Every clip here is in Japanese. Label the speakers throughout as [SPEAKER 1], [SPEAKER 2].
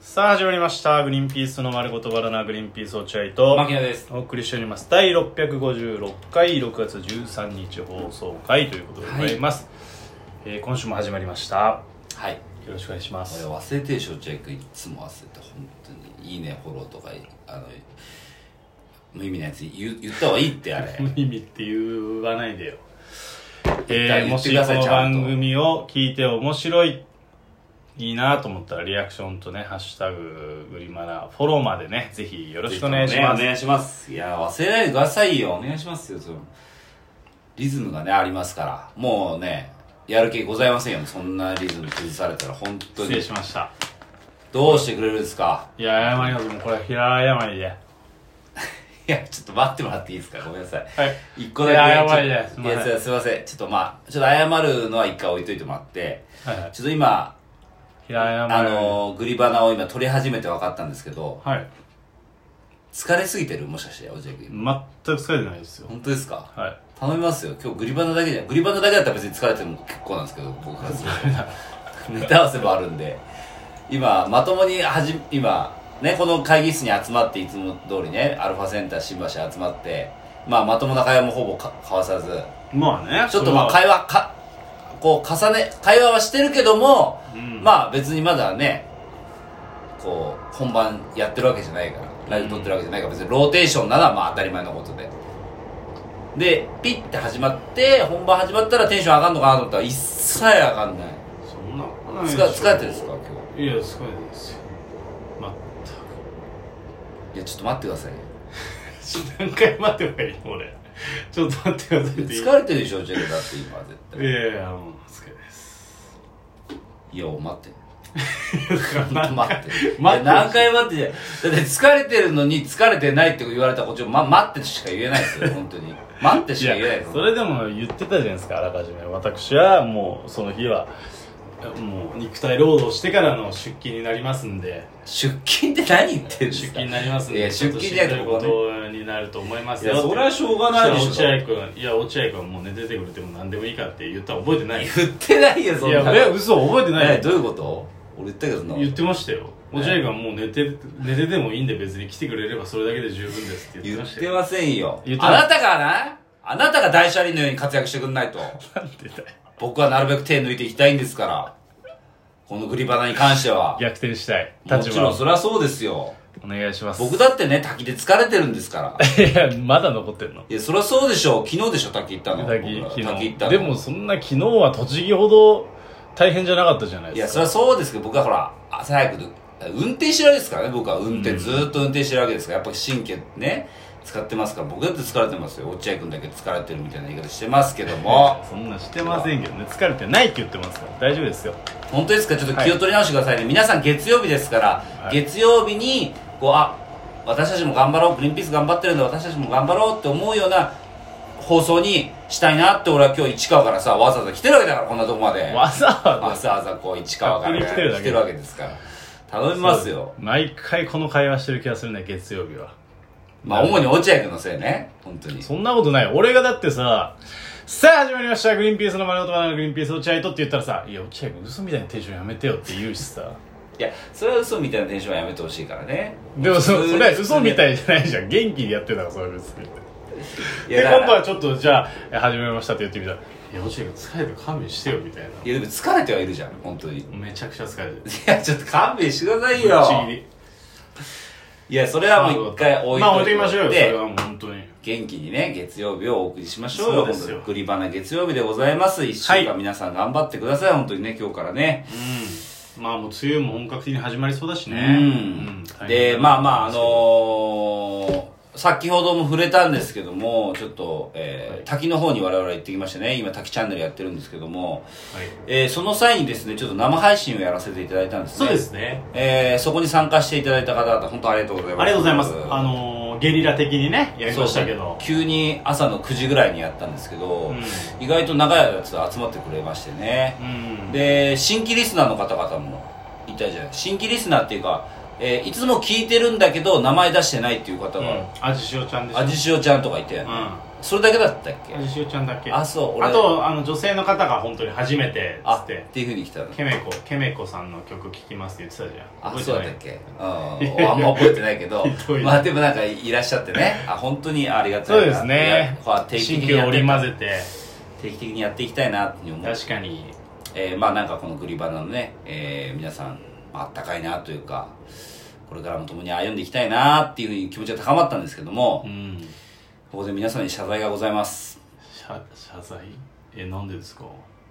[SPEAKER 1] さあ始まりました「グリーンピースの丸ごとバナナグリーンピース落合」と
[SPEAKER 2] 牧野です
[SPEAKER 1] お送りしております第656回6月13日放送回ということでございます、えー今週も始まりました
[SPEAKER 2] はい
[SPEAKER 1] よろしくお願いしま
[SPEAKER 2] 俺
[SPEAKER 1] す
[SPEAKER 2] 忘れてるしょチェックいつも忘れて本当にいいねフォローとかあの無意味なやつ言う言った方がいいっ てあれ
[SPEAKER 1] 無意味って言わないでよ
[SPEAKER 2] 言った
[SPEAKER 1] えー、
[SPEAKER 2] 言
[SPEAKER 1] も
[SPEAKER 2] って
[SPEAKER 1] し
[SPEAKER 2] くだ
[SPEAKER 1] こ
[SPEAKER 2] さい
[SPEAKER 1] の
[SPEAKER 2] ちゃん
[SPEAKER 1] 番
[SPEAKER 2] と
[SPEAKER 1] 組を聞いて面白いいいなと思ったらリアクションとね「ハッシュタググリマナ」フォローまでねぜひよろしくお願いします、
[SPEAKER 2] お願いしますいや忘れないでくださいよお願いしますよそのリズムがねありますからもうねやる気ございませんよそんなリズム崩されたら本当
[SPEAKER 1] 失
[SPEAKER 2] に
[SPEAKER 1] 礼しました
[SPEAKER 2] どうしてくれるんですか
[SPEAKER 1] いや謝りますもうこれは平謝りで
[SPEAKER 2] いやちょっと待ってもらっていいですかごめんなさい
[SPEAKER 1] はい
[SPEAKER 2] 一個だけ
[SPEAKER 1] いや謝りです
[SPEAKER 2] ちょっといやすいませんちょっとまあちょっと謝るのは一回置いといてもらって
[SPEAKER 1] はいはい
[SPEAKER 2] ちょっと今
[SPEAKER 1] 平山
[SPEAKER 2] あのーグリバナを今取り始めて分かったんですけど
[SPEAKER 1] はい
[SPEAKER 2] 疲れすぎてるもしかしておじゃくん
[SPEAKER 1] 全く疲れてないですよ
[SPEAKER 2] 本当ですか
[SPEAKER 1] はい
[SPEAKER 2] 頼みますよ今日グリバナだけじゃグリバナだけだったら別に疲れても結構なんですけど僕からするとネタ合わせもあるんで今まともにはじ今ねこの会議室に集まっていつも通りねアルファセンター新橋集まってまあまともな会話もほぼか交わさず
[SPEAKER 1] まあね
[SPEAKER 2] ちょっとまあ
[SPEAKER 1] それは
[SPEAKER 2] 会話かこう重ね会話はしてるけども、
[SPEAKER 1] うん
[SPEAKER 2] まあ別にまだねこう本番やってるわけじゃないからライブ撮ってるわけじゃないから別にローテーションならまあ当たり前のことででピッて始まって本番始まったらテンション上がんのかなと思ったら一切上がんない
[SPEAKER 1] そんなことない
[SPEAKER 2] 疲
[SPEAKER 1] でしょ
[SPEAKER 2] 疲れてるんですか今
[SPEAKER 1] いや疲れてないですよま
[SPEAKER 2] 日いやちょっと待ってくださいよ
[SPEAKER 1] た何回待てばいいの俺 ちょっと待ってくださいって
[SPEAKER 2] 疲れてるでしょジェルだって今絶
[SPEAKER 1] い
[SPEAKER 2] 対
[SPEAKER 1] やいやもう疲れないです
[SPEAKER 2] いや待って
[SPEAKER 1] だから
[SPEAKER 2] 待ってい
[SPEAKER 1] 待っ
[SPEAKER 2] や
[SPEAKER 1] て
[SPEAKER 2] 何回待ってじゃだって疲れてるのに疲れてないって言われたらこっちも、ま、待ってしか言えないですよ本当に待ってしか言えない
[SPEAKER 1] いや
[SPEAKER 2] です
[SPEAKER 1] それでも言ってたじゃないですかあらかじめ私はもうその日はもう肉体労働してからの出勤になりますんで
[SPEAKER 2] 出勤って何言ってるんで
[SPEAKER 1] 出
[SPEAKER 2] すか
[SPEAKER 1] 勤になりますん
[SPEAKER 2] い
[SPEAKER 1] で
[SPEAKER 2] や
[SPEAKER 1] ちょっと
[SPEAKER 2] 出勤じゃなくて
[SPEAKER 1] しんどいことになると思います
[SPEAKER 2] い
[SPEAKER 1] よ
[SPEAKER 2] やそれはしょうがないでしょ
[SPEAKER 1] そしたら落合君いや落合君もう寝ててくれても何でもいいからって言ったら覚えてない
[SPEAKER 2] 言ってないよそ
[SPEAKER 1] い
[SPEAKER 2] んな
[SPEAKER 1] や
[SPEAKER 2] の
[SPEAKER 1] いや嘘覚えてない
[SPEAKER 2] えどういうこと俺言ったけどな
[SPEAKER 1] 言ってましたよ落合君はもう寝て寝ててもいいんで別に来てくれればそれだけで十分ですって言って
[SPEAKER 2] 言
[SPEAKER 1] ま
[SPEAKER 2] っ
[SPEAKER 1] した
[SPEAKER 2] て
[SPEAKER 1] よ
[SPEAKER 2] ませんよ
[SPEAKER 1] 言って
[SPEAKER 2] あ
[SPEAKER 1] ない
[SPEAKER 2] なたがなあなたが大車輪のように活躍してくんないと
[SPEAKER 1] なんでだよ
[SPEAKER 2] 僕はなるべく手抜いていきたいんですからこのグリバナに関しては
[SPEAKER 1] 逆転したい
[SPEAKER 2] も
[SPEAKER 1] 立
[SPEAKER 2] ちろ
[SPEAKER 1] 場を
[SPEAKER 2] んそりゃそうですよ
[SPEAKER 1] お願いします
[SPEAKER 2] 僕だってね滝で疲れてるんですから
[SPEAKER 1] いやまだ残ってんの
[SPEAKER 2] いや、そりゃそうでしょう。昨日でしょ、滝行ったの。
[SPEAKER 1] 滝
[SPEAKER 2] 僕
[SPEAKER 1] 昨
[SPEAKER 2] 滝行った
[SPEAKER 1] 日
[SPEAKER 2] の。
[SPEAKER 1] でも、そんな昨日は栃木ほど大変じゃなかったじゃない
[SPEAKER 2] い
[SPEAKER 1] で
[SPEAKER 2] や、
[SPEAKER 1] す
[SPEAKER 2] そ
[SPEAKER 1] か
[SPEAKER 2] りゃそうですけど、僕はほら、朝早くで、運転してるわけですからね、僕は運転、ずーっと運転してるわけですから、やっぱ神経ね、使ってますから、僕だって疲れてますよ。落合君だけ疲れてるみたいな言い方してますけども、
[SPEAKER 1] そんなしてませんけどね疲れてないって言ってますから大丈夫ですよ
[SPEAKER 2] 本当ですかちょっと気を取り直してくださいね。皆さん月曜日ですから、
[SPEAKER 1] はい
[SPEAKER 2] 月曜日に、こう、あ、私たちも頑張ろう、グリーンピース頑張ってるんで、私たちも頑張ろうって思うような、放送にしたいなって俺は今日市川からさわざわざ来てるわけだからこんなとこまで
[SPEAKER 1] わざわ
[SPEAKER 2] わざわざこう市川から、ね、
[SPEAKER 1] 勝手に来てるだけ
[SPEAKER 2] 来てるわけですから頼み
[SPEAKER 1] ざ
[SPEAKER 2] ますよ
[SPEAKER 1] 毎回この会話してる気がするね月曜日は
[SPEAKER 2] まあ主に落合君のせいね本当に
[SPEAKER 1] そんなことない俺がだってささあ始まりましたグリーンピースの丸ごとバナナグリーンピース落合とって言ったらさ「いや落合君嘘みたいなテンションやめてよ」って言うしさ
[SPEAKER 2] いやそれは嘘みたいなテンションはやめてほしいからね
[SPEAKER 1] でもそ
[SPEAKER 2] 普通
[SPEAKER 1] そ
[SPEAKER 2] に
[SPEAKER 1] れは嘘みた
[SPEAKER 2] い
[SPEAKER 1] いじゃないじゃん元気にやってたからそれは別に
[SPEAKER 2] や
[SPEAKER 1] で
[SPEAKER 2] だから
[SPEAKER 1] 今度はちょっとじゃあえ 始めましたって言ってみたら「いや落合君疲れてる勘弁してよ」みたいない
[SPEAKER 2] やでも疲れてはいるじゃん本当にい
[SPEAKER 1] めちゃくちゃ疲れてる
[SPEAKER 2] やちょっと勘弁してください
[SPEAKER 1] ぶっちぎ
[SPEAKER 2] よ
[SPEAKER 1] り
[SPEAKER 2] いやそれはもう一回置いといて
[SPEAKER 1] まあ置いときましょうよそれ
[SPEAKER 2] で
[SPEAKER 1] はもう本当に
[SPEAKER 2] 元気にね月曜日をお送りしましょう
[SPEAKER 1] そう
[SPEAKER 2] よ
[SPEAKER 1] で
[SPEAKER 2] 本
[SPEAKER 1] す
[SPEAKER 2] 当
[SPEAKER 1] よ
[SPEAKER 2] にグリバナ月曜日でございます一週
[SPEAKER 1] は
[SPEAKER 2] 間皆さん頑張ってください本当にね今日からね
[SPEAKER 1] うんまあもう梅雨も本格的に始まりそうだしね
[SPEAKER 2] うん
[SPEAKER 1] 大変
[SPEAKER 2] で、まあまあ、あのー、先ほども触れたんですけども、ちょっと、えー
[SPEAKER 1] はい
[SPEAKER 2] 滝の方に我々行ってきましてね、今滝チャンネルやってるんですけども、
[SPEAKER 1] はい
[SPEAKER 2] えーその際にですね、ちょっと生配信をやらせていただいたんですね。
[SPEAKER 1] そうで。すね
[SPEAKER 2] えーそこに参加していただいた方々、本当ありがとうございます。
[SPEAKER 1] ありがとうございますあのーゲリラ的にねやりましたけ
[SPEAKER 2] そうそう
[SPEAKER 1] ど
[SPEAKER 2] 急に朝の9時ぐらいにやったんですけど、
[SPEAKER 1] うん
[SPEAKER 2] 意外と長い間ちょっと集まってくれましてね。
[SPEAKER 1] うん
[SPEAKER 2] で新規リスナーの方々もいたじゃない新規リスナーっていうか、えーいつも聞いてるんだけど名前出してないっていう方
[SPEAKER 1] うん
[SPEAKER 2] が、
[SPEAKER 1] 味塩ちゃんでしょ
[SPEAKER 2] 味塩ちゃんとかいて、
[SPEAKER 1] うん
[SPEAKER 2] それだけだったっけ
[SPEAKER 1] あしおちゃんだけ
[SPEAKER 2] あそう俺
[SPEAKER 1] あとあの女性の方が本当に初めてっつ
[SPEAKER 2] あ
[SPEAKER 1] っ
[SPEAKER 2] って
[SPEAKER 1] て
[SPEAKER 2] いうふうに来たの
[SPEAKER 1] ケメコケメコさんの曲聴きますって言ってたじゃん
[SPEAKER 2] あ
[SPEAKER 1] 覚え
[SPEAKER 2] そ
[SPEAKER 1] て
[SPEAKER 2] う
[SPEAKER 1] な
[SPEAKER 2] だ
[SPEAKER 1] い
[SPEAKER 2] ったっけうんあんま覚えてないけ ど
[SPEAKER 1] ひどい
[SPEAKER 2] まあでもなんかいらっしゃってねあ本当にありがたい
[SPEAKER 1] そ
[SPEAKER 2] な
[SPEAKER 1] うですね
[SPEAKER 2] いやまあ定期的
[SPEAKER 1] 神
[SPEAKER 2] に
[SPEAKER 1] 経
[SPEAKER 2] や
[SPEAKER 1] を
[SPEAKER 2] って
[SPEAKER 1] 織り交ぜて
[SPEAKER 2] 定期的にやっていきたいなっていうふうに思う
[SPEAKER 1] 確かに
[SPEAKER 2] えーまあなんかこのグリバナのね、えー皆さんまああったかいなというかこれからも共に歩んでいきたいなっていうふうに気持ちが高まったんですけども、
[SPEAKER 1] うん
[SPEAKER 2] ここで皆さんに謝罪がございます
[SPEAKER 1] 謝謝罪えなんでですか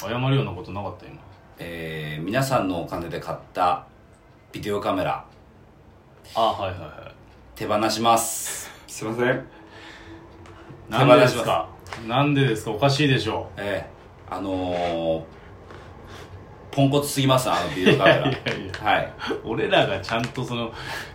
[SPEAKER 1] 謝るようなことなかった今
[SPEAKER 2] えー皆さんのお金で買ったビデオカメラ
[SPEAKER 1] あはいはいは
[SPEAKER 2] 手放します
[SPEAKER 3] すいません
[SPEAKER 1] いなんでですかなんでですかおかしいでしょ
[SPEAKER 2] ええあのーポンコツすぎますあのビデオカメラ
[SPEAKER 1] い やいや
[SPEAKER 2] はい、
[SPEAKER 1] 俺らがちゃんとその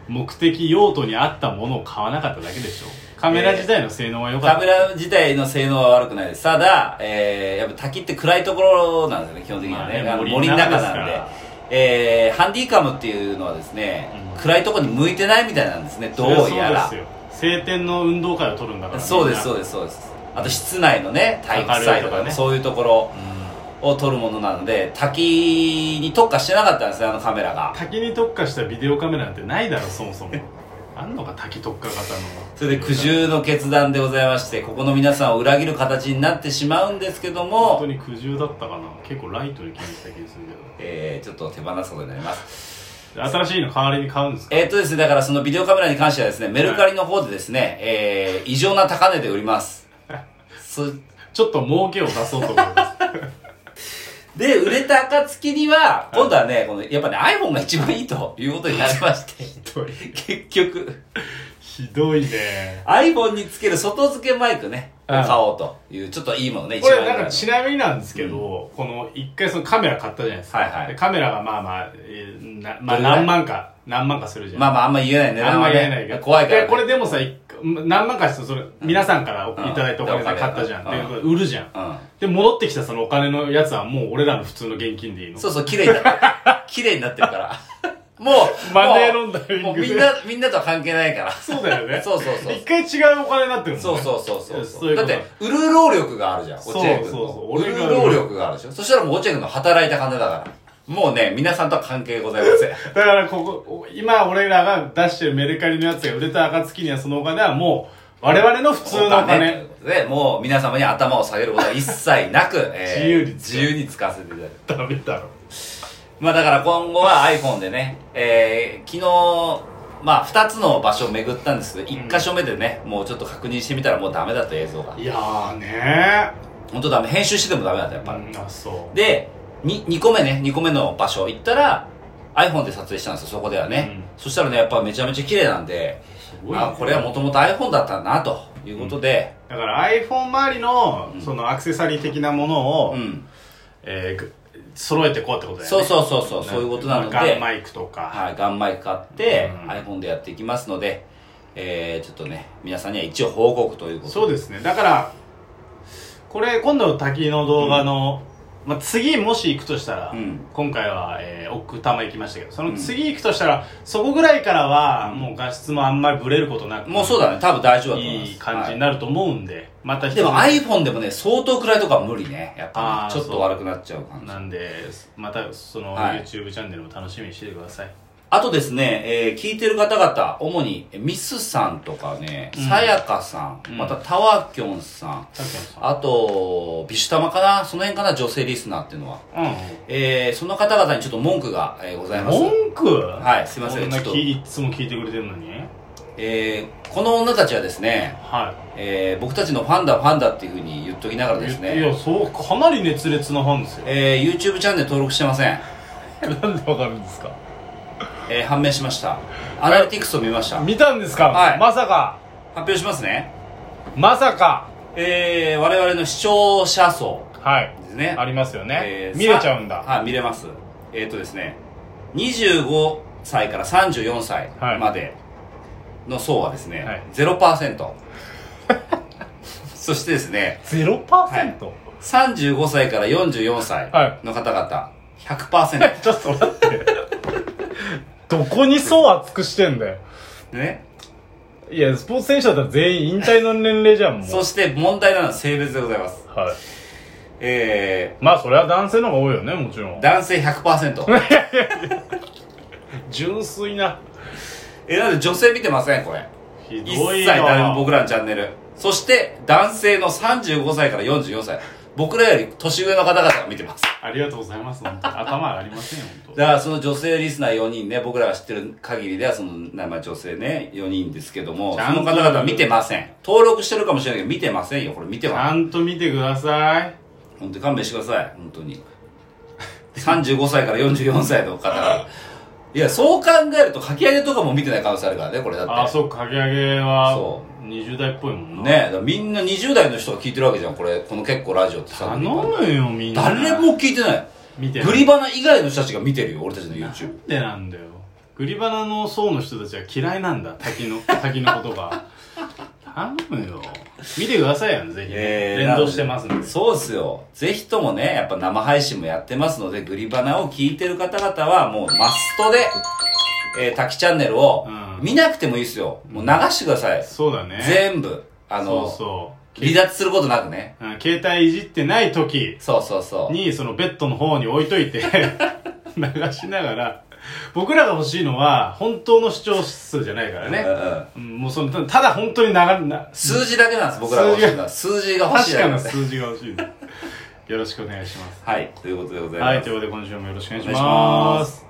[SPEAKER 1] 目的用途に合ったものを買わなかっただけでしょカメラ自体の性能は良か
[SPEAKER 2] カ
[SPEAKER 1] った、
[SPEAKER 2] メラ自体の性能は悪くないですただ、えーやっぱ滝って暗いところなんですよね基本的にはね,、
[SPEAKER 1] まあね
[SPEAKER 2] あの
[SPEAKER 1] 森
[SPEAKER 2] 森
[SPEAKER 1] の
[SPEAKER 2] の
[SPEAKER 1] 中
[SPEAKER 2] 中
[SPEAKER 1] ですから
[SPEAKER 2] なんでえーハンディカムっていうのはですね、
[SPEAKER 1] うん
[SPEAKER 2] 暗いところに向いてないみたいなんですねどうやら
[SPEAKER 1] そりゃそうですよ晴天の運動会を撮るんだから
[SPEAKER 2] そうですそう
[SPEAKER 1] う
[SPEAKER 2] ですそうですあと室内のね体育祭と
[SPEAKER 1] 明るいとか
[SPEAKER 2] か
[SPEAKER 1] ね
[SPEAKER 2] ねそういうところを撮るものなので滝に特化してなかったんですねあのカメラが
[SPEAKER 1] 滝に特化したビデオカメラなんてないだろそもそもあんのか滝特化型の
[SPEAKER 2] それで苦渋の決断でございましてここの皆さんを裏切る形になってしまうんですけど
[SPEAKER 1] 本当
[SPEAKER 2] も、
[SPEAKER 1] に苦渋だったかな結構ライトに気にした気がするけ
[SPEAKER 2] えー、ちょっと手放すことになります
[SPEAKER 1] ど新しいの代わりに買うんですか
[SPEAKER 2] えー、っとですねだからそのビデオカメラに関してはですねメルカリの方でですね、えー、異常な高値で売 りますそ
[SPEAKER 1] ちょっと儲けを出そうと思います
[SPEAKER 2] で売れた暁には今度はねこのやっぱね iPhone が一番いいということになりまし て
[SPEAKER 1] ひどい
[SPEAKER 2] 結局
[SPEAKER 1] ひどいね
[SPEAKER 2] iPhone につける外付けマイクね、
[SPEAKER 1] うん
[SPEAKER 2] 買おうというちょっといいものね
[SPEAKER 1] こ
[SPEAKER 2] 一
[SPEAKER 1] れ
[SPEAKER 2] 万円
[SPEAKER 1] なん
[SPEAKER 2] ぐら
[SPEAKER 1] か
[SPEAKER 2] い
[SPEAKER 1] ちなみになんですけど、この一回そのカメラ買ったじゃないですか、
[SPEAKER 2] はいはい
[SPEAKER 1] でカメラがまあまあ、えーなまあ
[SPEAKER 2] どれぐらい
[SPEAKER 1] 何万か何万かするじゃ
[SPEAKER 2] の
[SPEAKER 1] ん
[SPEAKER 2] まあまああんま言えない値
[SPEAKER 1] あん
[SPEAKER 2] 段
[SPEAKER 1] ま
[SPEAKER 2] は
[SPEAKER 1] り言えない
[SPEAKER 2] ね
[SPEAKER 1] けど。
[SPEAKER 2] 怖いから、ね、
[SPEAKER 1] でこれでもさ、一個何万かして、それ、皆さんからお
[SPEAKER 2] うん
[SPEAKER 1] いただいたお金で
[SPEAKER 2] うん
[SPEAKER 1] 買ったじゃん。
[SPEAKER 2] うん
[SPEAKER 1] で、売るじゃん。
[SPEAKER 2] うん
[SPEAKER 1] で、戻ってきたそのお金のやつはもう俺らの普通の現金でいいの。
[SPEAKER 2] そうそう、綺麗にな って。綺麗になってるから。もう、
[SPEAKER 1] マネー
[SPEAKER 2] もう
[SPEAKER 1] ロンダリングで
[SPEAKER 2] もうみんな、みんなとは関係ないから。
[SPEAKER 1] そうだよね。
[SPEAKER 2] そうそうそう
[SPEAKER 1] 一回違うお金になってるもんね。
[SPEAKER 2] そうそうそうそう
[SPEAKER 1] そういう
[SPEAKER 2] だ
[SPEAKER 1] こ
[SPEAKER 2] っ
[SPEAKER 1] と
[SPEAKER 2] て、売る労力があるじゃん、
[SPEAKER 1] そう
[SPEAKER 2] 落合君の。
[SPEAKER 1] そうそう俺
[SPEAKER 2] 売
[SPEAKER 1] が
[SPEAKER 2] る労力があるでしょ。そしたらもう落合君の働いた金だから。もうね、皆さんとは関係ございません。
[SPEAKER 1] だから、ここ、今俺らが出してるメルカリのやつが売れた暁にはそのお金はもう、我々の 普通のお金。
[SPEAKER 2] ね。で、もう皆様に頭を下げることは一切な く、え
[SPEAKER 1] 自由に使
[SPEAKER 2] 自
[SPEAKER 1] う
[SPEAKER 2] 由に使わせていただ
[SPEAKER 1] ダ
[SPEAKER 2] く。
[SPEAKER 1] メだろ。
[SPEAKER 2] まあだから今後は iPhone でね、えー、昨日、まあ2つの場所を巡ったんですけど、1箇所目でね、もうちょっと確認してみたらもうダメだった映像が。
[SPEAKER 1] いやーね
[SPEAKER 2] 本当ダメ。編集しててもダメだった、やっぱり。
[SPEAKER 1] ー。あ、そう。
[SPEAKER 2] で、に2個目ね、2個目の場所行ったら、iPhone で撮影したんですよ、そこではね。
[SPEAKER 1] う
[SPEAKER 2] そしたらね、やっぱめちゃめちゃ綺麗なんで、
[SPEAKER 1] すごいね
[SPEAKER 2] あ、これはもともと iPhone だったんだな、ということで、
[SPEAKER 1] だから iPhone 周りの、そのアクセサリー的なものを、
[SPEAKER 2] うん。
[SPEAKER 1] えーぐ、揃えてこうってことだよね
[SPEAKER 2] そうそうそうそう、そういうことなので。
[SPEAKER 1] ガンマイクとか、
[SPEAKER 2] はい、ガンマイク買って、
[SPEAKER 1] うん
[SPEAKER 2] iPhone でやっていきますので、えー、ちょっとね、皆さんには一応報告ということ
[SPEAKER 1] そうですねだからこれ今度滝の動画の、まあ、次もし行くとしたら、
[SPEAKER 2] うん
[SPEAKER 1] 今回は、えー、奥多摩行きましたけどその次行くとしたら、そこぐらいからは、もう画質もあんまりブレることなく
[SPEAKER 2] もうそうだね、多分大丈夫だと思います。
[SPEAKER 1] いい感じになると思うんで、また
[SPEAKER 2] はい
[SPEAKER 1] 一つ
[SPEAKER 2] でも iPhone でもね、相当暗いとこは無理ね。やっ
[SPEAKER 1] あ
[SPEAKER 2] ぱ
[SPEAKER 1] ー
[SPEAKER 2] り、ちょっ
[SPEAKER 1] そう
[SPEAKER 2] と悪くなっちゃう感じ。
[SPEAKER 1] なんでまたその、
[SPEAKER 2] はい
[SPEAKER 1] YouTube チャンネルも楽しみにしててください
[SPEAKER 2] あとですね、えー聞いてる方々、主にえミスさんとかね、
[SPEAKER 1] うん
[SPEAKER 2] さやかさ
[SPEAKER 1] うん
[SPEAKER 2] ん、またタワキョンさん、
[SPEAKER 1] 滝野さん
[SPEAKER 2] あと、ビシュタマかなその辺かな女性リスナーっていうのは。
[SPEAKER 1] うん
[SPEAKER 2] えー、その方々にちょっと文句が、えーございます。
[SPEAKER 1] 文句
[SPEAKER 2] はいすいません
[SPEAKER 1] こんな
[SPEAKER 2] ちょっと
[SPEAKER 1] きいつも聞いてくれてるのに
[SPEAKER 2] えー、この女たちはですね、
[SPEAKER 1] は
[SPEAKER 2] えー僕たちのファンだファンだっていうふうに言っときながら
[SPEAKER 1] い
[SPEAKER 2] です
[SPEAKER 1] い
[SPEAKER 2] ね、
[SPEAKER 1] やそうかなり熱烈なファン ですよ
[SPEAKER 2] えー YouTube チャンネル登録してません、
[SPEAKER 1] なんでわかるんですか
[SPEAKER 2] えー判明しましたアナリティクスを見ました発
[SPEAKER 1] 見たんですか、
[SPEAKER 2] はい
[SPEAKER 1] まさか
[SPEAKER 2] 表しますね、
[SPEAKER 1] まさか
[SPEAKER 2] えー、我々の視聴者層
[SPEAKER 1] はい
[SPEAKER 2] ですね
[SPEAKER 1] ありますよね、
[SPEAKER 2] えー
[SPEAKER 1] 見れちゃうんだ
[SPEAKER 2] さはい見れますえっ、とですね25歳から34歳
[SPEAKER 1] はい
[SPEAKER 2] までの層はですね、
[SPEAKER 1] はい
[SPEAKER 2] 0%そしてですね
[SPEAKER 1] 0%、
[SPEAKER 2] 35歳から44歳の方々100%、
[SPEAKER 1] ちょっと待 ってどこに層厚くしてんだよ
[SPEAKER 2] でね
[SPEAKER 1] いいや、スポーツ選手だったら全員引退の年齢じゃん、もう。
[SPEAKER 2] そして問題なのは性別でございます。
[SPEAKER 1] はい。
[SPEAKER 2] え
[SPEAKER 1] まあ、それは男性の方が多いよね、もちろ
[SPEAKER 2] ー、
[SPEAKER 1] ん。
[SPEAKER 2] 男性100%。
[SPEAKER 1] 純粋な。
[SPEAKER 2] え、なんで女性見てませんこれ。
[SPEAKER 1] ひ
[SPEAKER 2] 一
[SPEAKER 1] どい
[SPEAKER 2] 切
[SPEAKER 1] な。
[SPEAKER 2] 誰も僕らのチャンネル。そして、男性の35歳から44歳。僕らより年上の方々が見てます。
[SPEAKER 1] ありがとうございます、本当に頭がありませんよ、本
[SPEAKER 2] だからその女性リスナー4人ね、僕らが知ってる限りではその、まあ、女性ね、4人ですけども、
[SPEAKER 1] ち
[SPEAKER 2] そ
[SPEAKER 1] ゃんと
[SPEAKER 2] の方々は見てません。登録してるかもしれないけど、見てませんよ。これ見 て
[SPEAKER 1] 当。ち
[SPEAKER 2] ま
[SPEAKER 1] ゃ
[SPEAKER 2] す。
[SPEAKER 1] んと見てください。
[SPEAKER 2] 本当に勘弁してください。本当に。35歳から44歳の方が。いや、そう考えると、かき揚げとかも見てない可能性あるからね、これだって。
[SPEAKER 1] あ、そう、かき揚げは
[SPEAKER 2] そ、
[SPEAKER 1] 20代っぽいもんな。
[SPEAKER 2] ねえ、だからみんな20代の人が聞いてるわけじゃん、これ。この結構ラジオってさ。
[SPEAKER 1] 頼むよ、みんな。
[SPEAKER 2] 誰。も聞いてない。
[SPEAKER 1] 見てない
[SPEAKER 2] グリバナ以外の人たちが見てるよ、俺たちの YouTube。
[SPEAKER 1] なんでなんだよグリバナの層の人たちは嫌いなんだ滝 の滝のことが頼むよ見てくださいよぜひ、ね
[SPEAKER 2] えー
[SPEAKER 1] 連動してますんで
[SPEAKER 2] そうっすよ。ぜひともね、やっぱ生配信もやってますので、グリバナを聞いてる方々は、もうマストで、えー、滝チャンネルを
[SPEAKER 1] うん
[SPEAKER 2] 見なくてもいいっすよ。もう流してください。
[SPEAKER 1] そうだね
[SPEAKER 2] 全部。あ
[SPEAKER 1] そ
[SPEAKER 2] の、
[SPEAKER 1] うそう
[SPEAKER 2] 離脱することなくね。
[SPEAKER 1] うん携帯いじってない時
[SPEAKER 2] そうそうそう。
[SPEAKER 1] にそのベッドの方に置いといて 流しながら僕らが欲しいのは本当の視聴数じゃないから
[SPEAKER 2] うん
[SPEAKER 1] ね、
[SPEAKER 2] うん
[SPEAKER 1] うんもうそのただただ本当に流れな
[SPEAKER 2] 数字だけなんです、僕らが欲しいのは。数字が欲しい
[SPEAKER 1] 確か
[SPEAKER 2] だけなん
[SPEAKER 1] な
[SPEAKER 2] です。
[SPEAKER 1] 数字が欲しいですよろしくお願いします
[SPEAKER 2] はい、ということでございま
[SPEAKER 1] は
[SPEAKER 2] す。
[SPEAKER 1] いということで今週もよろしくお願いし
[SPEAKER 2] お願いし
[SPEAKER 1] ま
[SPEAKER 2] ますす